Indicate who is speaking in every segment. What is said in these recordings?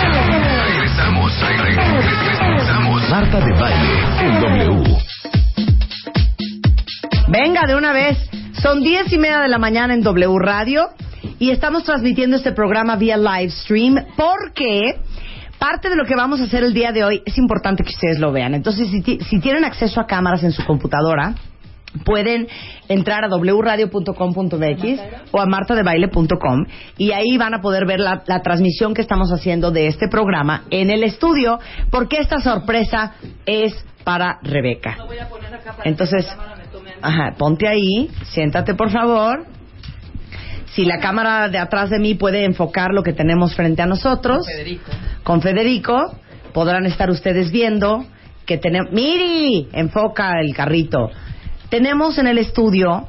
Speaker 1: Regresamos, regresamos. Marta de Baile en W.
Speaker 2: Venga, de una vez. Son diez y media de la mañana en W Radio y estamos transmitiendo este programa vía live stream porque parte de lo que vamos a hacer el día de hoy es importante que ustedes lo vean. Entonces, si, ti- si tienen acceso a cámaras en su computadora, pueden entrar a wradio.com.mx o a martadebaile.com y ahí van a poder ver la, la transmisión que estamos haciendo de este programa en el estudio porque esta sorpresa es para Rebeca. Entonces, ajá, ponte ahí, siéntate por favor. Si la cámara de atrás de mí puede enfocar lo que tenemos frente a nosotros, con Federico, podrán estar ustedes viendo que tenemos... ¡Miri! Enfoca el carrito. Tenemos en el estudio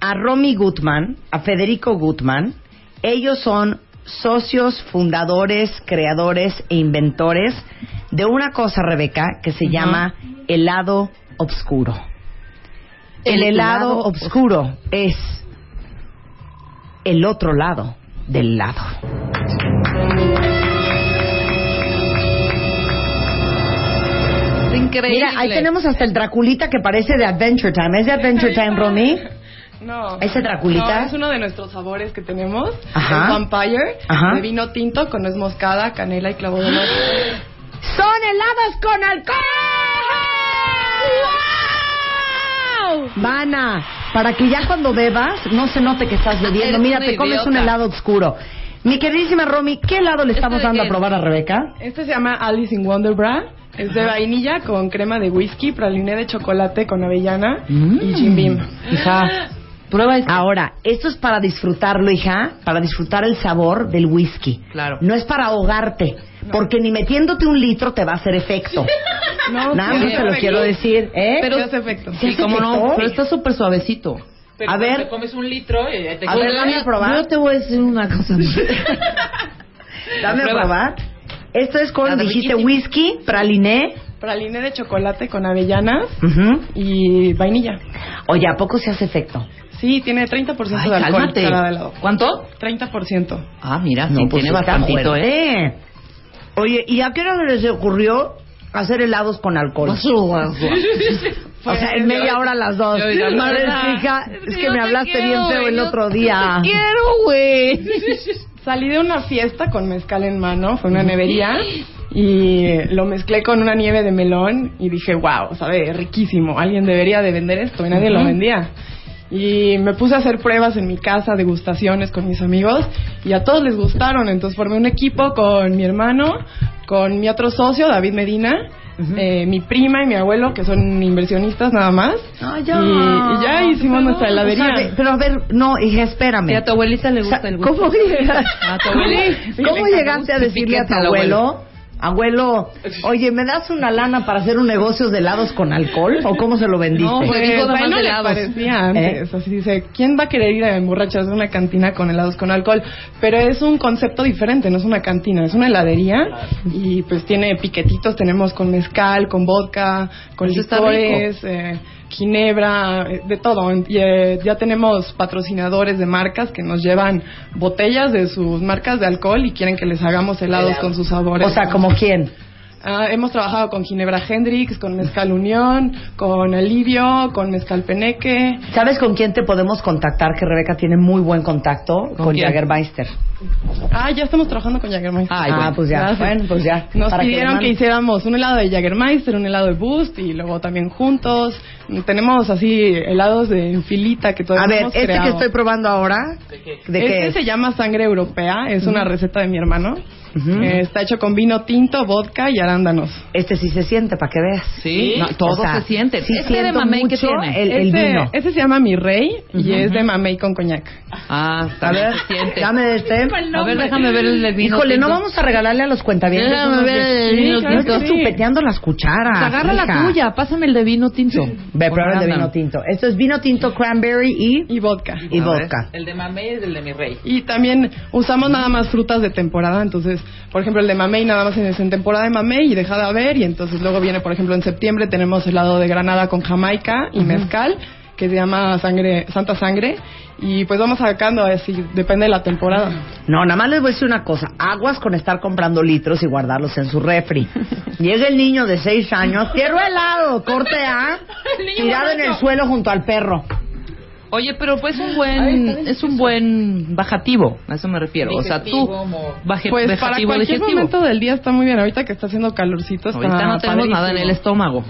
Speaker 2: a Romy Gutman, a Federico Gutman. Ellos son socios, fundadores, creadores e inventores de una cosa, Rebeca, que se llama helado obscuro. El, helado obscuro es el otro lado del lado.
Speaker 3: Increíble.
Speaker 2: Mira, ahí tenemos hasta el Draculita que parece de Adventure Time. ¿Es de Adventure Time, Romy?
Speaker 3: No.
Speaker 2: ¿Ese Draculita?
Speaker 3: No, es uno de nuestros sabores que tenemos.
Speaker 2: Ajá.
Speaker 3: El Vampire.
Speaker 2: Ajá.
Speaker 3: De vino tinto con nuez moscada, canela y clavo de olor.
Speaker 2: ¡Son helados con alcohol! Mana, para que ya cuando bebas no se note que estás bebiendo.
Speaker 3: Eres
Speaker 2: Mira,
Speaker 3: una
Speaker 2: te comes un
Speaker 3: idiota.
Speaker 2: helado oscuro. Mi queridísima Romy, ¿qué helado le
Speaker 3: ¿Este
Speaker 2: estamos
Speaker 3: de
Speaker 2: dando a
Speaker 3: qué?
Speaker 2: probar a Rebeca?
Speaker 3: Este se llama Alice in Wonderbra. Es de vainilla con crema de whisky, praliné de chocolate con avellana y Jim Beam.
Speaker 2: Hija, prueba Ahora, esto es para disfrutarlo, hija, para disfrutar el sabor del whisky.
Speaker 4: Claro.
Speaker 2: No es para ahogarte, porque ni metiéndote un litro te va a hacer efecto.
Speaker 3: No,
Speaker 2: Nada
Speaker 3: sí,
Speaker 2: más te lo
Speaker 3: sí.
Speaker 2: quiero decir, ¿eh?
Speaker 3: Pero hace efecto.
Speaker 2: Sí,
Speaker 4: Sí, cómo
Speaker 2: efecto.
Speaker 4: no, pero está súper suavecito.
Speaker 2: a ver,
Speaker 4: Te comes un litro y te
Speaker 2: A ver, dame a probar.
Speaker 4: Yo te voy a decir una cosa.
Speaker 2: Dame
Speaker 4: Prueba.
Speaker 2: a probar. Esto es con,
Speaker 4: Está
Speaker 2: dijiste,
Speaker 4: riquísimo.
Speaker 2: whisky, praliné.
Speaker 3: Praliné de chocolate con avellanas
Speaker 2: Ujú.
Speaker 3: y vainilla.
Speaker 2: Oye, ¿a poco se hace efecto?
Speaker 3: Sí, tiene 30%
Speaker 4: Ay,
Speaker 3: de alcohol
Speaker 4: cálmate.
Speaker 3: cada helado.
Speaker 4: ¿Cuánto?
Speaker 3: 30%.
Speaker 4: Ah, mira, sí,
Speaker 2: pues
Speaker 4: tiene
Speaker 2: está
Speaker 4: bastantito, ¿eh?
Speaker 2: fuerte. Oye, ¿y a qué hora les ocurrió hacer helados con alcohol? O sea, en media hora a las dos.
Speaker 4: Pues, uh, Yo ya lo-
Speaker 2: Madre chica, es que me hablaste bien feo el otro día.
Speaker 4: quiero, güey.
Speaker 3: Salí de una fiesta con mezcal en mano, fue una nevería, y lo mezclé con una nieve de melón y dije, wow, sabe, riquísimo, alguien debería de vender esto y nadie lo vendía. Y me puse a hacer pruebas en mi casa, degustaciones con mis amigos, y a todos les gustaron, entonces formé un equipo con mi hermano, con mi otro socio, David Medina, eh, mi prima y mi abuelo, que son inversionistas nada más,
Speaker 2: Ay,
Speaker 3: y, y ya hicimos nuestra
Speaker 2: O sea,
Speaker 3: heladería.
Speaker 2: ve- pero a ver, no, hija, espérame.
Speaker 4: Y a tu abuelita le
Speaker 2: O sea,
Speaker 4: gusta el whisky.
Speaker 2: ¿Cómo llegaste?
Speaker 4: A tu abuelita.
Speaker 2: ¿Cómo, cómo
Speaker 4: Le encanta
Speaker 2: llegaste a
Speaker 4: el
Speaker 2: decirle a tu
Speaker 4: piquete al
Speaker 2: abuelo, abuelo, oye, ¿me das una lana para hacer un negocio de helados con alcohol? ¿O cómo se lo vendiste?
Speaker 4: No, güey.
Speaker 3: Pues,
Speaker 4: digo,
Speaker 3: bueno,
Speaker 4: dando
Speaker 3: le
Speaker 4: helados. Eh.
Speaker 3: parecía antes. Así dice, ¿quién va a querer ir a emborracharse a una cantina con helados con alcohol? Pero es un concepto diferente, no es una cantina, es una heladería y pues tiene piquetitos, tenemos con mezcal, con vodka, con
Speaker 4: Eso está
Speaker 3: licores, eh, ginebra, eh, de todo. Y, eh, ya tenemos patrocinadores de marcas que nos llevan botellas de sus marcas de alcohol y quieren que les hagamos helados con sus sabores.
Speaker 2: o sea, ¿como quién?
Speaker 3: Ah, hemos trabajado con Ginebra Hendrix, con Mezcal Unión, con Alivio, con Mezcal Peneque.
Speaker 2: ¿Sabes con quién te podemos contactar? Que Rebeca tiene muy buen contacto con,
Speaker 4: quién?
Speaker 2: Jagermeister.
Speaker 3: Ah, ya estamos trabajando con Jagermeister.
Speaker 4: Ay,
Speaker 2: ah,
Speaker 4: bueno,
Speaker 2: pues ya.
Speaker 3: gracias.
Speaker 2: Bueno, pues ya.
Speaker 3: Nos
Speaker 2: Para que le
Speaker 3: pidieron que,
Speaker 2: mande.
Speaker 3: hiciéramos un helado de Jagermeister, un helado de Boost y luego también juntos. Tenemos así helados de filita que todavía
Speaker 2: A
Speaker 3: no
Speaker 2: ver,
Speaker 3: hemos
Speaker 2: este
Speaker 3: creado.
Speaker 2: que estoy probando ahora, ¿de qué,
Speaker 3: este
Speaker 2: es?
Speaker 3: se llama sangre europea, es una receta de mi hermano
Speaker 2: Ujú.
Speaker 3: Eh, está hecho con vino tinto, vodka y arándanos.
Speaker 2: Este sí se siente, para que veas.
Speaker 4: Sí,
Speaker 2: No,
Speaker 4: todo
Speaker 2: o sea,
Speaker 4: se siente.
Speaker 2: Sí
Speaker 4: Este de
Speaker 2: siento
Speaker 4: mamey que
Speaker 2: mucho
Speaker 4: tiene.
Speaker 2: el, el
Speaker 3: Este-
Speaker 2: vino.
Speaker 3: Este se llama Mi Rey y es de mamey con coñac.
Speaker 4: Ah,
Speaker 2: A ver,
Speaker 4: se siente.
Speaker 2: dame de este.
Speaker 4: A ver, déjame ver el del vino.
Speaker 2: Híjole, no
Speaker 4: tinto.
Speaker 2: vamos a regalarle a los cuentavientes.
Speaker 4: Déjame
Speaker 2: unos
Speaker 4: ver
Speaker 2: de-
Speaker 4: el
Speaker 2: Sí,
Speaker 4: vino
Speaker 2: claro
Speaker 4: tinto.
Speaker 2: que estás
Speaker 3: Sí.
Speaker 2: chupeteando las cucharas.
Speaker 4: Pues agarra
Speaker 2: hija.
Speaker 4: la tuya, Pues pásame el de vino tinto.
Speaker 2: Ve,
Speaker 4: Con
Speaker 2: prueba el de
Speaker 4: arándano.
Speaker 2: vino tinto. Esto es vino tinto cranberry y,
Speaker 3: Y vodka. Ah.
Speaker 2: y vodka.
Speaker 4: El de mamey es el de mi rey.
Speaker 3: Y también usamos nada más frutas de temporada, entonces, por ejemplo, el de mamey nada más es en temporada de mamey y deja de haber, y entonces luego viene, por ejemplo, en septiembre tenemos helado de granada con jamaica y mezcal, que se llama sangre, Santa Sangre, y pues vamos sacando así, depende de la temporada.
Speaker 2: No, nada más les voy a decir una cosa. Aguas con estar comprando litros y guardarlos en su refri. Llega el niño de seis años, tierra helado, corte A,
Speaker 4: El niño
Speaker 2: tirado en el
Speaker 4: borracho.
Speaker 2: suelo junto al perro.
Speaker 4: Oye, pero pues un buen, es un buen bajativo, a eso me refiero. O sea, tú, baje-
Speaker 3: Pues para
Speaker 4: bajativo,
Speaker 3: cualquier
Speaker 4: digestivo.
Speaker 3: momento del día está muy bien, ahorita que está haciendo calorcito está
Speaker 4: Ahorita no tenemos
Speaker 3: padrísimo.
Speaker 4: nada en el estómago.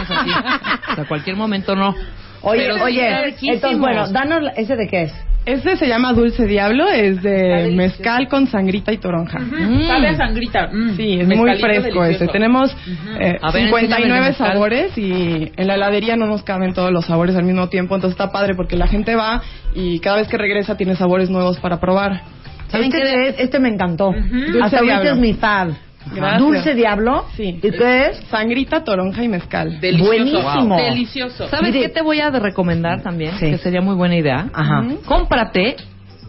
Speaker 4: o sea, cualquier momento no.
Speaker 2: Oye,
Speaker 4: Pero sí está
Speaker 2: oye,
Speaker 4: riquísimo.
Speaker 2: entonces, bueno, danos, la- ¿ese de qué es?
Speaker 3: Este se llama Dulce Diablo, es de mezcal con sangrita y toronja.
Speaker 4: Mm.
Speaker 5: sangrita. mm.
Speaker 3: Sí, es
Speaker 5: Mezcalito
Speaker 3: muy fresco
Speaker 5: delicioso.
Speaker 3: este. Tenemos eh,
Speaker 4: A ver, enséñame el
Speaker 3: 59
Speaker 4: mezcal.
Speaker 3: sabores y en la heladería no nos caben todos los sabores al mismo tiempo, entonces está padre porque la gente va y cada vez que regresa tiene sabores nuevos para probar.
Speaker 4: ¿Saben
Speaker 2: Este,
Speaker 4: qué?
Speaker 2: de- este me encantó.
Speaker 3: Dulce
Speaker 2: Hasta ahorita
Speaker 3: Diablo.
Speaker 2: es mi fab.
Speaker 3: Gracias.
Speaker 2: Dulce Diablo.
Speaker 3: Sí.
Speaker 2: ¿Y qué es?
Speaker 3: Sangrita, toronja y mezcal.
Speaker 5: Delicioso.
Speaker 2: Buenísimo.
Speaker 5: Delicioso.
Speaker 4: ¿Sabes
Speaker 2: Mire.
Speaker 4: qué te voy a de- recomendar también?
Speaker 2: Sí.
Speaker 4: Que sería muy buena idea.
Speaker 2: Ajá.
Speaker 4: Ujú. Cómprate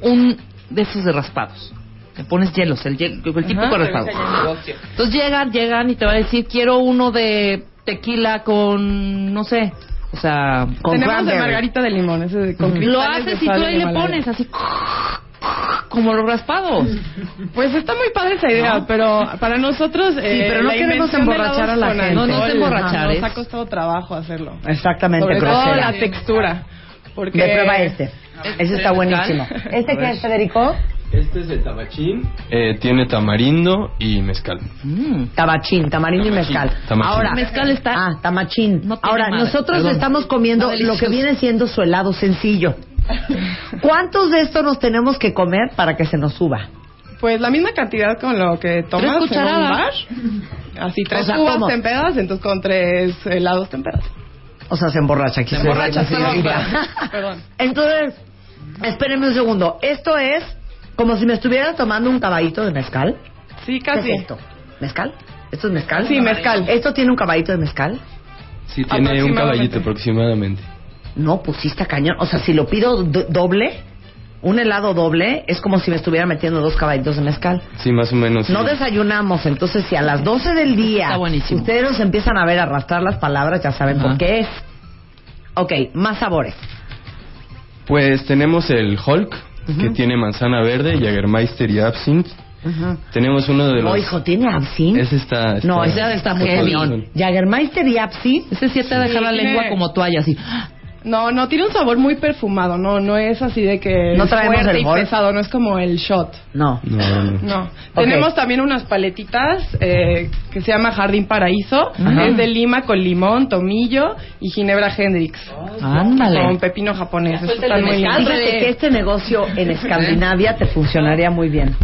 Speaker 4: un de esos de raspados. Le pones hielos, el, hiel- el típico raspado. Entonces llegan, llegan y te van a decir, quiero uno de tequila con, no sé, o sea...
Speaker 2: Con
Speaker 3: Tenemos de
Speaker 2: cranberry.
Speaker 3: margarita de limón, ese de- con
Speaker 4: Lo
Speaker 3: cristales de
Speaker 4: haces y tú
Speaker 3: sal
Speaker 4: ahí le
Speaker 3: Himalaya.
Speaker 4: pones así... Como los raspados.
Speaker 3: Pues está muy padre esa idea, pero para nosotros. eh,
Speaker 2: pero no
Speaker 3: la
Speaker 2: queremos
Speaker 3: invención de helados
Speaker 2: emborrachar a la
Speaker 3: con
Speaker 2: gente.
Speaker 4: No, no es
Speaker 3: alcohol,
Speaker 4: emborrachar,
Speaker 3: ajá,
Speaker 4: es-
Speaker 3: Nos ha costado trabajo hacerlo.
Speaker 2: Exactamente,
Speaker 3: Sobre todo
Speaker 2: grosera.
Speaker 3: la textura. Porque
Speaker 2: Me prueba este. Ese está
Speaker 4: ¿Mezcal?
Speaker 2: buenísimo. ¿Este qué es, Federico?
Speaker 6: Este es el tamachín. tiene tamarindo y mezcal.
Speaker 4: Mm.
Speaker 2: Tamachín, tamarindo y mezcal.
Speaker 6: tamachín.
Speaker 2: Ahora,
Speaker 4: El mezcal está...
Speaker 2: Ah, tamachín.
Speaker 4: No tiene
Speaker 2: Ahora,
Speaker 4: madre,
Speaker 2: nosotros
Speaker 4: perdón.
Speaker 2: estamos comiendo
Speaker 4: Está
Speaker 2: lo que
Speaker 4: delicioso.
Speaker 2: viene siendo su helado sencillo. ¿Cuántos de estos nos tenemos que comer para que se nos suba?
Speaker 3: Pues la misma cantidad con lo que
Speaker 4: Tres
Speaker 3: tomas en un bar.
Speaker 4: cucharadas.
Speaker 3: Así tres
Speaker 2: O sea,
Speaker 3: uvas
Speaker 2: ¿cómo?
Speaker 3: tempeadas, entonces con tres helados tempeados.
Speaker 2: O sea, se emborracha aquí.
Speaker 4: Se emborracha,
Speaker 2: la señorita.
Speaker 3: perdón, perdón.
Speaker 2: Entonces, espérenme un segundo. Esto es como si me estuviera tomando un caballito de mezcal.
Speaker 3: Sí,
Speaker 2: ¿Qué
Speaker 3: casi.
Speaker 2: es esto? ¿Mezcal? ¿Esto es mezcal?
Speaker 3: Sí, mezcal.
Speaker 2: ¿Esto tiene un caballito de mezcal?
Speaker 6: Sí, tiene un
Speaker 3: Aproximadamente.
Speaker 6: caballito aproximadamente.
Speaker 2: No, pues sí está cañón. O sea, si lo pido do- doble, un helado doble, es como si me estuviera metiendo dos caballitos de mezcal.
Speaker 6: Sí, más o menos.
Speaker 2: No
Speaker 6: sí.
Speaker 2: desayunamos, entonces si a las 12 del día
Speaker 4: Está buenísimo.
Speaker 2: ustedes nos empiezan a ver arrastrar las palabras, ya saben
Speaker 4: Ajá.
Speaker 2: por qué es. Ok, más sabores.
Speaker 6: Pues tenemos el Hulk, que tiene manzana verde, Jägermeister y absinthe. Tenemos uno de los...
Speaker 2: No, hijo, ¿tiene absinthe?
Speaker 6: Ese está...
Speaker 2: No,
Speaker 6: está-
Speaker 2: ese está muy
Speaker 6: está
Speaker 2: cañón.
Speaker 6: bien.
Speaker 2: Jagermeister y absinthe.
Speaker 4: Ese sí te deja la
Speaker 3: Sí,
Speaker 4: lengua
Speaker 3: tiene-
Speaker 4: como toalla, así.
Speaker 3: No, no, tiene un sabor muy perfumado. No, no es así de que.
Speaker 2: ¿No
Speaker 3: es
Speaker 2: traemos
Speaker 3: fuerte
Speaker 2: el
Speaker 3: y
Speaker 2: Hulk?
Speaker 3: pesado, no es como el shot.
Speaker 2: No.
Speaker 6: No, no.
Speaker 3: No. Tenemos también unas paletitas eh, que se llama Jardín Paraíso. Es de Lima con limón, tomillo y ginebra Hendrix. Con
Speaker 4: Ándale.
Speaker 3: pepino japonés. Eso
Speaker 5: Suéltale
Speaker 3: está muy
Speaker 5: mezcal,
Speaker 3: lindo.
Speaker 2: Fíjate que este negocio en Escandinavia te funcionaría muy bien.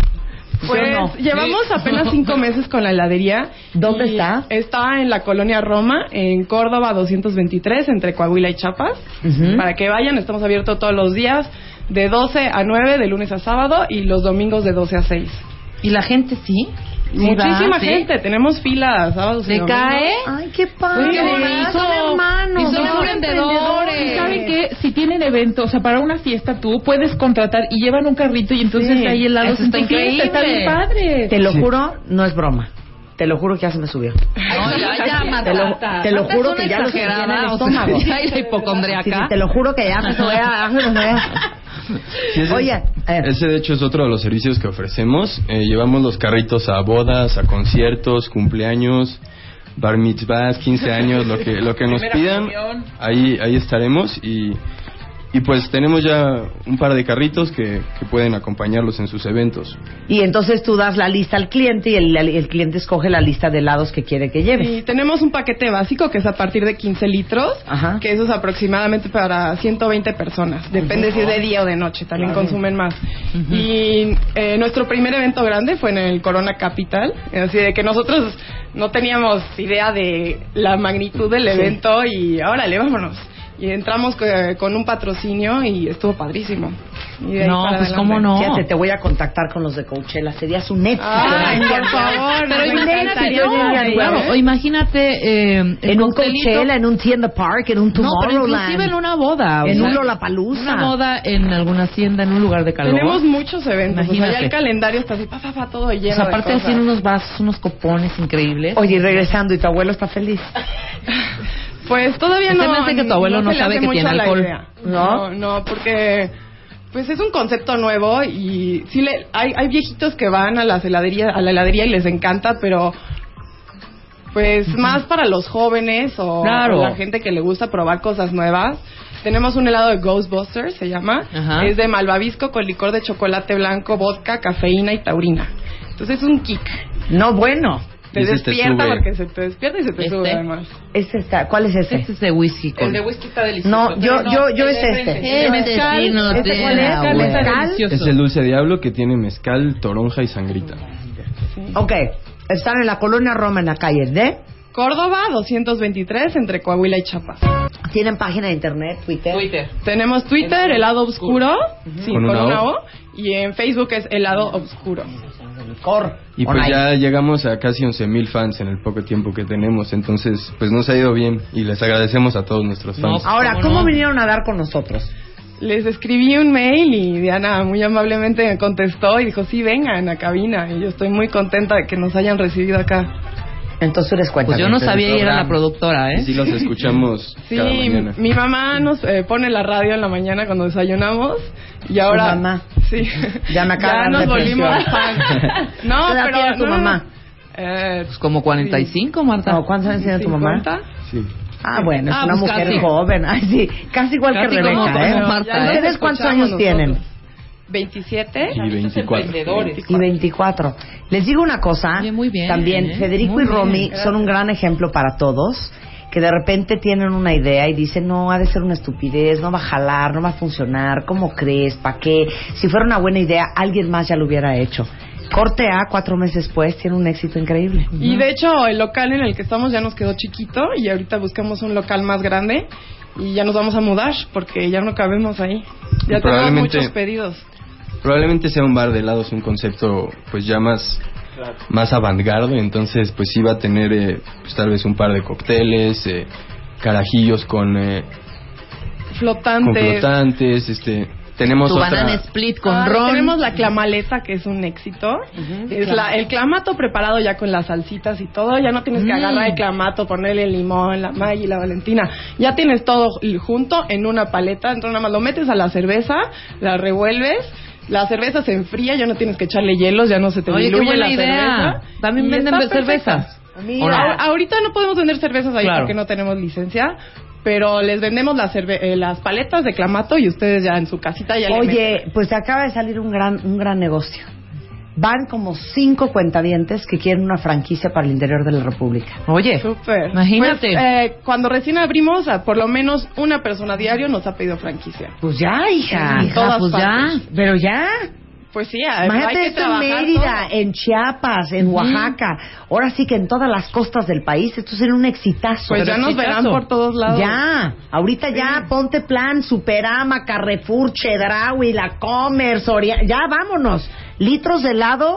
Speaker 3: Pues
Speaker 2: Yo no.
Speaker 3: llevamos apenas cinco meses con la heladería.
Speaker 2: ¿Dónde
Speaker 3: Y
Speaker 2: está?
Speaker 3: Está en la colonia Roma, en Córdoba 223, entre Coahuila y Chiapas.
Speaker 2: Ujú.
Speaker 3: Para que vayan, estamos abiertos todos los días, de 12 a 9, de lunes a sábado, y los domingos de 12 a 6.
Speaker 4: ¿Y la gente sí? ¿Sí va?
Speaker 3: Muchísima
Speaker 4: ¿Sí?
Speaker 3: gente, tenemos fila sábados y
Speaker 4: ¿Se
Speaker 3: domingos.
Speaker 4: cae?
Speaker 2: Ay, qué
Speaker 4: Uy,
Speaker 2: padre.
Speaker 4: qué bonito.
Speaker 2: Son hermanos.
Speaker 4: Y son
Speaker 2: son
Speaker 4: emprendedores.
Speaker 5: ¿Y ¿Saben qué? Si tienen evento, o sea, para una fiesta tú puedes contratar y llevan un carrito y entonces
Speaker 4: Sí,
Speaker 5: hay helados
Speaker 4: eso
Speaker 5: en
Speaker 4: está
Speaker 5: tu fiesta.
Speaker 4: increíble.
Speaker 5: Está bien padre.
Speaker 2: Te lo juro, no es broma. Te lo juro que ya se me subió.
Speaker 4: No, ya, ya, Marta.
Speaker 2: Te lo- te lo
Speaker 4: Marta
Speaker 2: juro
Speaker 4: es una
Speaker 2: que ya lo sentí en el
Speaker 4: exagerada, o sea,
Speaker 2: estómago.
Speaker 4: ay, la
Speaker 2: Sí, sí,
Speaker 4: hipocondriaca.
Speaker 2: te lo juro que ya me voy a... ya me voy a-
Speaker 6: Sí, ese-
Speaker 2: Oye, eh.
Speaker 6: ese de hecho es otro de los servicios que ofrecemos. Eh, llevamos los carritos a bodas, a conciertos, cumpleaños, bar mitzvahs, 15 años, lo que lo que nos
Speaker 5: Primera
Speaker 6: pidan.
Speaker 5: comunión.
Speaker 6: Ahí ahí estaremos y Y pues tenemos ya un par de carritos que, que pueden acompañarlos en sus eventos.
Speaker 2: Y entonces tú das la lista al cliente y el, el cliente escoge la lista de helados que quiere que lleve.
Speaker 3: Y tenemos un paquete básico que es a partir de 15 litros,
Speaker 2: Ajá.
Speaker 3: que eso es aproximadamente para 120 personas. Depende si es de día o de noche, también consumen más. Y eh, nuestro primer evento grande fue en el Corona Capital, así de que nosotros no teníamos idea de la magnitud del evento y ahora le vámonos. Y entramos eh, con un patrocinio y estuvo padrísimo. Y de ahí
Speaker 4: No,
Speaker 3: para
Speaker 4: pues,
Speaker 3: adelante.
Speaker 4: ¿cómo no?
Speaker 2: Fíjate, te voy a contactar con los de Coachella. Serías un éxito.
Speaker 3: Ay, por favor,
Speaker 4: Pero
Speaker 3: nos
Speaker 4: imagínate,
Speaker 3: encantaría
Speaker 4: no,
Speaker 3: llegar ahí,
Speaker 4: claro,
Speaker 3: ¿eh?
Speaker 4: o imagínate eh, el
Speaker 2: En un
Speaker 4: coctelito.
Speaker 2: Coachella, en un Tienda Park, en un
Speaker 4: No, pero
Speaker 2: Tomorrowland.
Speaker 4: inclusive en una boda. o
Speaker 2: En
Speaker 4: sea,
Speaker 2: un Lollapalooza.
Speaker 4: Una boda en alguna hacienda, en un lugar de calor.
Speaker 3: Tenemos muchos eventos. O sea, ya
Speaker 4: Imagínate.
Speaker 3: el calendario está así, pa, pa, pa, todo lleno.
Speaker 4: O sea, aparte
Speaker 3: de cosas.
Speaker 4: hacían unos vasos, unos copones increíbles.
Speaker 2: Oye, y regresando, ¿y tu abuelo está feliz?
Speaker 3: Pues todavía
Speaker 4: Se
Speaker 3: no.
Speaker 4: me hace que tu abuelo no
Speaker 3: se le
Speaker 4: sabe
Speaker 3: hace
Speaker 4: que
Speaker 3: mucho
Speaker 4: tiene
Speaker 3: la
Speaker 4: alcohol.
Speaker 3: idea. No, no, porque. Pues es un concepto nuevo y sí le, hay, hay viejitos que van a las heladerías, a la heladería y les encanta, pero pues más para los jóvenes o,
Speaker 4: Claro.
Speaker 3: o la gente que le gusta probar cosas nuevas. Tenemos un helado de Ghostbusters, se llama.
Speaker 4: Ajá.
Speaker 3: Es de malvavisco con licor de chocolate blanco, vodka, cafeína y taurina. Entonces es un kick.
Speaker 2: No, bueno.
Speaker 3: Te
Speaker 6: Y ese te
Speaker 3: despierta
Speaker 6: sube.
Speaker 3: porque se te despierta y se te
Speaker 4: Este.
Speaker 3: sube además.
Speaker 2: Ese está, ¿Cuál es ese?
Speaker 4: Este es de whisky con...
Speaker 3: whisky está delicioso.
Speaker 2: No, yo, yo, yo es este.
Speaker 4: Este
Speaker 2: mezcal,
Speaker 4: sí no
Speaker 2: ¿este
Speaker 4: te
Speaker 2: cuál es?
Speaker 4: da,
Speaker 2: ¿El
Speaker 4: güey.
Speaker 2: mezcal?
Speaker 6: Es el dulce diablo que tiene mezcal, toronja y sangrita.
Speaker 2: Ok, están en la colonia Roma, en la calle D.
Speaker 3: Córdoba 223 entre Coahuila y Chiapas.
Speaker 2: Tienen página de internet, Twitter.
Speaker 3: Tenemos Twitter, helado oscuro, sí,
Speaker 6: Con
Speaker 3: con,
Speaker 6: una
Speaker 3: una
Speaker 6: O.
Speaker 3: O, y en Facebook es helado oscuro.
Speaker 2: Cor.
Speaker 6: Y
Speaker 2: por
Speaker 6: pues
Speaker 2: ahí.
Speaker 6: ya llegamos a casi 11.000 fans en el poco tiempo que tenemos, entonces pues nos ha ido bien y les agradecemos a todos nuestros
Speaker 4: No,
Speaker 6: fans.
Speaker 2: Ahora,
Speaker 4: ¿Cómo
Speaker 2: ¿cómo
Speaker 4: no?
Speaker 2: vinieron a dar con nosotros?
Speaker 3: Les escribí un mail y Diana muy amablemente me contestó y dijo, sí, vengan a cabina. Y yo estoy muy contenta de que nos hayan recibido acá.
Speaker 2: Entonces tú les cuentas.
Speaker 4: Pues yo no sabía y era la productora,
Speaker 6: Y
Speaker 4: ¿eh?
Speaker 6: sí los escuchamos
Speaker 3: Sí,
Speaker 6: cada mañana.
Speaker 3: mi mamá nos eh, pone la radio en la mañana cuando desayunamos y ahora...
Speaker 2: mamá.
Speaker 3: Sí.
Speaker 2: Ya me acaba de
Speaker 3: nos
Speaker 2: dar
Speaker 3: volvimos
Speaker 2: depresión.
Speaker 3: fan. No,
Speaker 2: ¿Qué edad
Speaker 3: pero...
Speaker 2: tiene tu
Speaker 3: no, no, no.
Speaker 2: mamá?
Speaker 3: Eh,
Speaker 4: Pues como 45, Marta.
Speaker 2: No, ¿Cuántos años tiene tu mamá?
Speaker 3: 50.
Speaker 6: Sí.
Speaker 2: Ah, bueno, es
Speaker 4: Ah,
Speaker 2: una
Speaker 4: pues
Speaker 2: mujer
Speaker 4: casi.
Speaker 2: joven. Ay, sí, casi igual
Speaker 4: Casi
Speaker 2: que
Speaker 4: como-
Speaker 2: Rebeca,
Speaker 4: como
Speaker 2: ¿eh?
Speaker 4: Marta, ¿eh?
Speaker 2: ¿Ustedes cuántos años tienen?
Speaker 3: 27.
Speaker 6: Y 24.
Speaker 2: Y 24. Les digo una cosa.
Speaker 4: Oye, muy bien,
Speaker 2: También
Speaker 4: ¿eh?
Speaker 2: Federico
Speaker 4: Muy
Speaker 2: y Romy
Speaker 4: bien,
Speaker 2: son un gran ejemplo para todos que de repente tienen una idea y dicen, no, ha de ser una estupidez, no va a jalar, no va a funcionar, ¿cómo crees? ¿Para qué? Si fuera una buena idea, alguien más ya lo hubiera hecho. Corte A, cuatro meses después, tiene un éxito increíble.
Speaker 3: Y de hecho, el local en el que estamos ya nos quedó chiquito y ahorita buscamos un local más grande y ya nos vamos a mudar porque ya no cabemos ahí. Ya tenemos
Speaker 6: Probablemente-
Speaker 3: muchos pedidos.
Speaker 6: Probablemente sea un bar de helados un concepto pues ya más más avantgardo, entonces pues sí va a tener eh, pues, tal vez un par de cócteles, eh, carajillos con, eh, con
Speaker 3: Flotantes.
Speaker 6: flotantes, este tenemos
Speaker 4: Tu banana
Speaker 6: otra
Speaker 4: split con
Speaker 3: Ah,
Speaker 4: ron.
Speaker 3: Tenemos la clamaleta que es un éxito. Es la, el clamato preparado ya con las salsitas y todo. Ya no tienes que
Speaker 4: Mm.
Speaker 3: agarrar el clamato, ponerle el limón, la malla y la valentina. Ya tienes todo junto en una paleta. Entonces nada más lo metes a la cerveza, la revuelves. La cerveza se enfría, ya no tienes que echarle hielos, ya no se te
Speaker 4: Oye, qué
Speaker 3: diluye
Speaker 4: buena
Speaker 3: la
Speaker 4: idea.
Speaker 3: cerveza.
Speaker 4: También
Speaker 3: Y
Speaker 4: venden
Speaker 3: está perfecta.
Speaker 4: cervezas.
Speaker 2: Mira.
Speaker 4: ¿O no?
Speaker 3: Ahor- Ahorita no podemos vender cervezas ahí
Speaker 4: Claro.
Speaker 3: porque no tenemos licencia, pero les vendemos las, cerve- eh, las paletas de clamato y ustedes ya en su casita ya le meten.
Speaker 2: Oye, pues te acaba de salir un gran, un gran negocio. Van como cinco cuentavientes que quieren una franquicia para el interior de la República.
Speaker 4: Oye,
Speaker 3: Súper.
Speaker 4: Imagínate.
Speaker 3: Pues, eh, cuando recién abrimos, a- por lo menos una persona diario nos ha pedido franquicia.
Speaker 2: Pues ya, hija.
Speaker 4: hija,
Speaker 3: todas
Speaker 4: pues
Speaker 3: partes.
Speaker 4: ya.
Speaker 2: Pero ya.
Speaker 3: Pues sí, a- hay
Speaker 2: Imagínate
Speaker 3: que
Speaker 2: esto en
Speaker 3: trabajar
Speaker 2: Mérida, eh.
Speaker 3: todo.
Speaker 2: en Chiapas, en Oaxaca. Ahora sí que en todas las costas del país. Esto sería un exitazo.
Speaker 3: Pues ya
Speaker 4: Pero
Speaker 3: nos
Speaker 4: exitazo.
Speaker 3: verán por todos lados.
Speaker 2: Ya, ahorita ya, ponte plan, Superama, Carrefour, Chedraui, La Commerce, Oria- ya vámonos. Litros de helado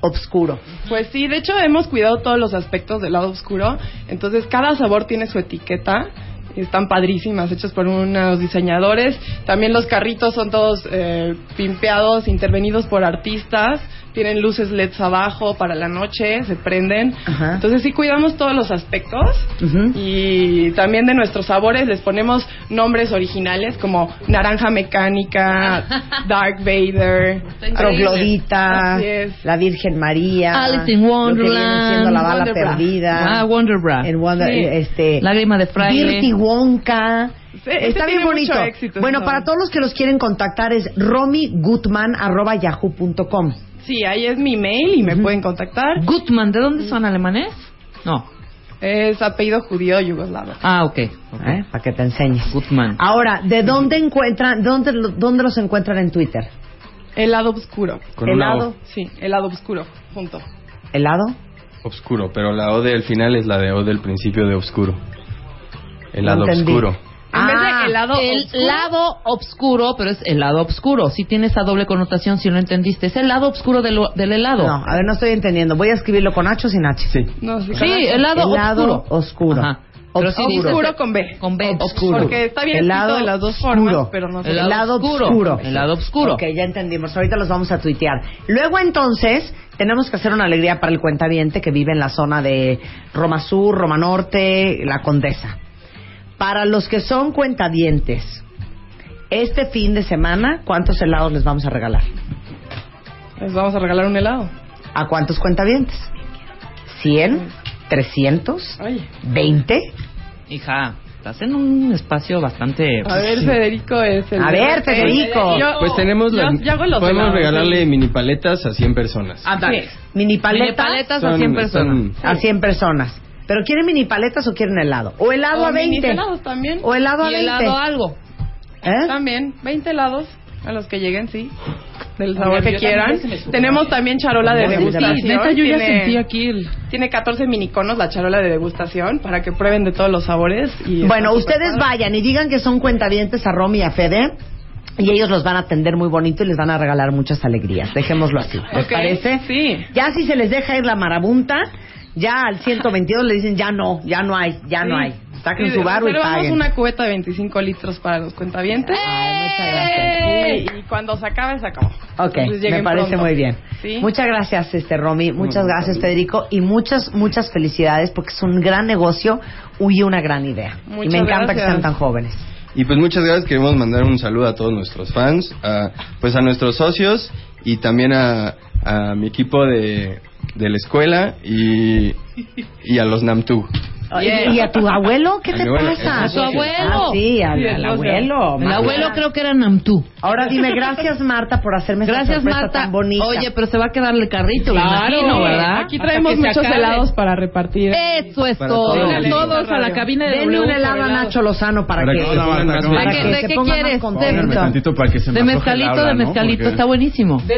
Speaker 2: obscuro.
Speaker 3: Pues sí, de hecho hemos cuidado todos los aspectos del lado oscuro. Entonces cada sabor tiene su etiqueta. Están padrísimas, hechas por unos diseñadores. También los carritos son todos eh, pimpeados, intervenidos por artistas. Tienen luces LEDs abajo para la noche, se prenden.
Speaker 2: Ajá.
Speaker 3: Entonces sí cuidamos todos los aspectos.
Speaker 2: Ujú.
Speaker 3: Y también de nuestros sabores les ponemos nombres originales como naranja mecánica, Dark Vader,
Speaker 2: Troglodita,
Speaker 3: Así es.
Speaker 2: la Virgen María,
Speaker 4: Alice in
Speaker 2: lo que viene siendo
Speaker 4: Wonderland,
Speaker 2: la bala
Speaker 3: Wonder Bra.
Speaker 2: perdida,
Speaker 4: Ah, Wonder Bra.
Speaker 2: en Wonder-
Speaker 3: Sí.
Speaker 2: este,
Speaker 4: Lágrima de
Speaker 2: Dirty
Speaker 4: fraile.
Speaker 2: Wonka,
Speaker 3: Sí, este
Speaker 2: Está bien
Speaker 3: tiene mucho
Speaker 2: bonito.
Speaker 3: éxito,
Speaker 2: bueno,
Speaker 3: ¿no?
Speaker 2: para todos los que los quieren contactar es romigutman.yahoo.com.
Speaker 3: Sí, ahí es mi mail y me pueden contactar.
Speaker 4: Gutman, ¿de dónde son alemanes? No.
Speaker 3: Es apellido judío yugoslavo.
Speaker 4: Ah, ok.
Speaker 2: ¿eh? Para que te enseñes.
Speaker 4: Gutman.
Speaker 2: Ahora, ¿de dónde encuentran, dónde, lo- dónde los encuentran en Twitter?
Speaker 3: El lado oscuro.
Speaker 6: Con
Speaker 2: ¿El
Speaker 6: una
Speaker 2: lado?
Speaker 3: Sí, el lado oscuro, junto.
Speaker 2: ¿Helado?
Speaker 6: O oscuro, pero la O del final es la de O del principio de oscuro. El
Speaker 2: No
Speaker 6: lado
Speaker 2: entendí.
Speaker 6: oscuro.
Speaker 2: Ah,
Speaker 4: En vez de el lado el
Speaker 3: oscuro.
Speaker 4: lado obscuro, pero es el lado obscuro. Si tiene esa doble connotación, si no entendiste, es el lado obscuro del, del helado.
Speaker 2: No, a ver, no estoy entendiendo. Voy a escribirlo con H o sin H.
Speaker 6: Sí.
Speaker 3: No, sí,
Speaker 4: Sí, el lado
Speaker 2: Helado
Speaker 4: oscuro.
Speaker 2: oscuro.
Speaker 4: Ajá. Pero si dices-
Speaker 3: Oscuro con B.
Speaker 4: Con B,
Speaker 2: Obscuro.
Speaker 4: oscuro.
Speaker 3: Porque está bien
Speaker 2: El
Speaker 3: escrito
Speaker 2: lado
Speaker 3: de las dos
Speaker 2: oscuro.
Speaker 3: formas, pero no sé.
Speaker 4: El lado oscuro. El lado oscuro.
Speaker 2: Ok, ya entendimos. Ahorita los vamos a tuitear. Luego, entonces, tenemos que hacer una alegría para el cuentaviente que vive en la zona de Roma Sur, Roma Norte, La Condesa. Para los que son cuentavientes, este fin de semana, ¿cuántos helados les vamos a regalar?
Speaker 3: Les vamos a regalar un helado.
Speaker 2: ¿A cuántos cuentavientes? ¿100? ¿300?
Speaker 3: Ay.
Speaker 2: ¿20?
Speaker 4: Hija, estás en un espacio bastante. pues,
Speaker 3: A ver, Federico es el.
Speaker 2: A ver, Federico.
Speaker 3: Yo-
Speaker 6: Pues tenemos
Speaker 3: Oh, yo-
Speaker 6: las...
Speaker 3: yo hago los
Speaker 6: podemos
Speaker 3: helados. Ah.
Speaker 6: regalarle mini paletas a 100 personas.
Speaker 4: Ándale.
Speaker 2: ¿Mini
Speaker 4: Mini
Speaker 2: paletas?
Speaker 4: paletas a
Speaker 6: Son-
Speaker 4: 100 personas.
Speaker 6: son-
Speaker 2: a 100 personas. ¿Pero quieren mini paletas o quieren helado? ¿O helado
Speaker 3: O
Speaker 2: a 20?
Speaker 3: mini helados también.
Speaker 2: ¿O helado a
Speaker 4: Y
Speaker 2: 20?
Speaker 4: helado algo.
Speaker 2: ¿Eh?
Speaker 3: También, 20 helados a los que lleguen, sí. Del
Speaker 4: Oiga,
Speaker 3: sabor
Speaker 4: pero
Speaker 3: que
Speaker 4: yo también
Speaker 3: quieran.
Speaker 4: se me subió.
Speaker 3: Tenemos también charola de
Speaker 2: Sí,
Speaker 3: degustación.
Speaker 5: Neta, yo ya
Speaker 3: Tiene-
Speaker 5: sentí aquí el...
Speaker 3: Tiene 14 miniconos la charola de degustación para que prueben de todos los sabores. Y
Speaker 2: Bueno,
Speaker 3: está súper
Speaker 2: ustedes
Speaker 3: padre.
Speaker 2: vayan y digan que son cuentavientes a Romy y a Fede y ellos los van a atender muy bonito y les van a regalar muchas alegrías. Dejémoslo así. ¿Les
Speaker 3: Ok,
Speaker 2: parece?
Speaker 3: Sí.
Speaker 2: Ya si se les deja ir la marabunta, ya al 122 le dicen ya no, ya no hay, ya no
Speaker 3: Sí.
Speaker 2: hay. Saquen
Speaker 3: Sí,
Speaker 2: su barro y
Speaker 3: reservamos
Speaker 2: paguen.
Speaker 3: una cubeta de 25 litros para los cuentavientes.
Speaker 2: Ay, muchas gracias.
Speaker 3: Sí, Y cuando se acabe, se acabó.
Speaker 2: Ok,
Speaker 3: Entonces
Speaker 2: me
Speaker 3: lleguen
Speaker 2: parece
Speaker 3: pronto.
Speaker 2: muy bien.
Speaker 3: Sí.
Speaker 2: Muchas gracias, este Romy, muchas gracias, Federico, y muchas, muchas felicidades porque es un gran negocio y una gran idea. y
Speaker 3: Muchas
Speaker 2: me encanta que
Speaker 3: gracias.
Speaker 2: sean tan jóvenes.
Speaker 6: Y pues muchas gracias, queremos mandar un saludo a todos nuestros fans, a, pues a nuestros socios y también a, a mi equipo de, de la escuela y, y a los Namtu.
Speaker 2: ¿Y- ¿Y a tu abuelo? ¿Qué
Speaker 6: A
Speaker 2: te
Speaker 6: mi abuelo,
Speaker 2: pasa?
Speaker 6: a su
Speaker 4: abuelo.
Speaker 2: Ah, sí, al,
Speaker 3: Sí,
Speaker 2: al
Speaker 3: entonces,
Speaker 2: abuelo.
Speaker 4: El
Speaker 2: Marta.
Speaker 4: abuelo creo que era Namtu.
Speaker 2: Ahora dime, gracias Marta por hacerme esta
Speaker 4: Gracias,
Speaker 2: sorpresa
Speaker 4: Marta.
Speaker 2: tan bonita.
Speaker 4: Oye, pero se va a quedar el carrito, me
Speaker 5: Claro.
Speaker 4: imagino, ¿verdad?
Speaker 3: Aquí traemos
Speaker 5: Hasta que se
Speaker 3: muchos
Speaker 5: acabe.
Speaker 3: helados para repartir.
Speaker 4: Eso es
Speaker 6: Para
Speaker 4: todo.
Speaker 6: todos.
Speaker 5: Vengan
Speaker 6: Órale.
Speaker 5: todos a la cabina de
Speaker 2: denle
Speaker 5: W
Speaker 2: un
Speaker 5: por
Speaker 2: helado a
Speaker 5: helado.
Speaker 2: Nacho Lozano para,
Speaker 7: Para
Speaker 2: que,
Speaker 7: que se pongan más
Speaker 2: para
Speaker 4: ¿De
Speaker 2: que
Speaker 4: qué- de
Speaker 2: se
Speaker 4: qué
Speaker 2: ponga más
Speaker 4: quieres?
Speaker 7: Pónganme
Speaker 2: contento.
Speaker 7: tantito para que se me
Speaker 4: De
Speaker 7: antoje el
Speaker 4: mezcalito,
Speaker 7: ala,
Speaker 4: de
Speaker 7: ¿no?
Speaker 4: mezcalito,
Speaker 7: Porque-
Speaker 4: está buenísimo.
Speaker 7: ¿Eh? ¿De,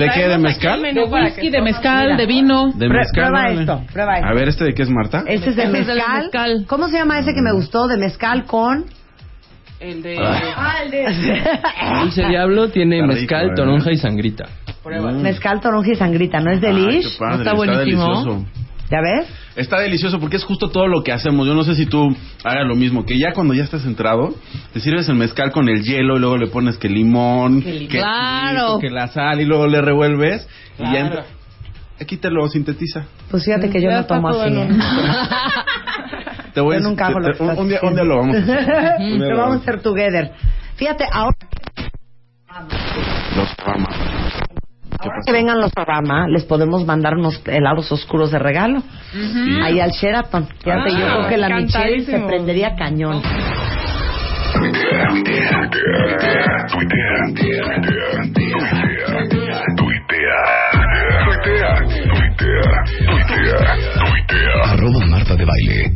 Speaker 7: de qué? ¿De mezcal?
Speaker 5: De whisky, de mezcal, de vino.
Speaker 7: De
Speaker 2: Prue-
Speaker 7: mezcal.
Speaker 2: prueba
Speaker 7: órale.
Speaker 2: esto, prueba esto.
Speaker 7: A ver, ¿este de qué es Marta?
Speaker 2: Ese es de
Speaker 4: Ese es del
Speaker 2: mezcal.
Speaker 4: mezcal.
Speaker 2: ¿Cómo se llama ese que me gustó? De mezcal con...
Speaker 4: El de...
Speaker 7: Ah,
Speaker 6: Dulce Diablo tiene
Speaker 7: Está rico,
Speaker 6: mezcal,
Speaker 7: ¿eh?
Speaker 6: toronja y sangrita.
Speaker 2: Mm.
Speaker 7: Mm.
Speaker 2: Mezcal, toronja y sangrita, ¿no es delish?
Speaker 7: Ay, qué padre,
Speaker 4: ¿No está buenísimo?
Speaker 7: delicioso.
Speaker 2: ¿Ya ves?
Speaker 7: Está delicioso porque es justo todo lo que hacemos. Yo no sé si tú hagas lo mismo, que ya cuando ya estás entrado, te sirves el mezcal con el hielo y luego le pones que limón,
Speaker 4: Que limón.
Speaker 7: que,
Speaker 4: Claro.
Speaker 7: que la sal y luego le revuelves y ya entra- Aquí te lo sintetiza.
Speaker 2: Pues fíjate que yo
Speaker 3: Ya
Speaker 2: no
Speaker 3: está
Speaker 2: tomo
Speaker 3: todo
Speaker 2: así.
Speaker 3: en
Speaker 2: ¿eh?
Speaker 3: un-
Speaker 7: Te voy a-
Speaker 2: Yo nunca hago lo
Speaker 7: te-
Speaker 2: que
Speaker 7: eh, un,
Speaker 2: estás
Speaker 7: un día, un día
Speaker 2: diciendo.
Speaker 7: lo vamos a hacer. Un día
Speaker 2: Lo
Speaker 7: lo
Speaker 2: vamos a hacer together. Fíjate, ahora...
Speaker 7: Los programas.
Speaker 2: Ahora que vengan los programas, les podemos mandar unos helados oscuros de regalo.
Speaker 7: Sí.
Speaker 2: Ahí al Sheraton. Fíjate, yo
Speaker 3: Ah,
Speaker 2: creo que la Michelle se
Speaker 3: encantadísimo.
Speaker 2: prendería cañón.
Speaker 1: Tuitea, tuitea, tuitea, tuitea, tuitea, tuitea, tuitea, tuitea, tuitea, tuitea, tuitea. Arroba Marta de Baile.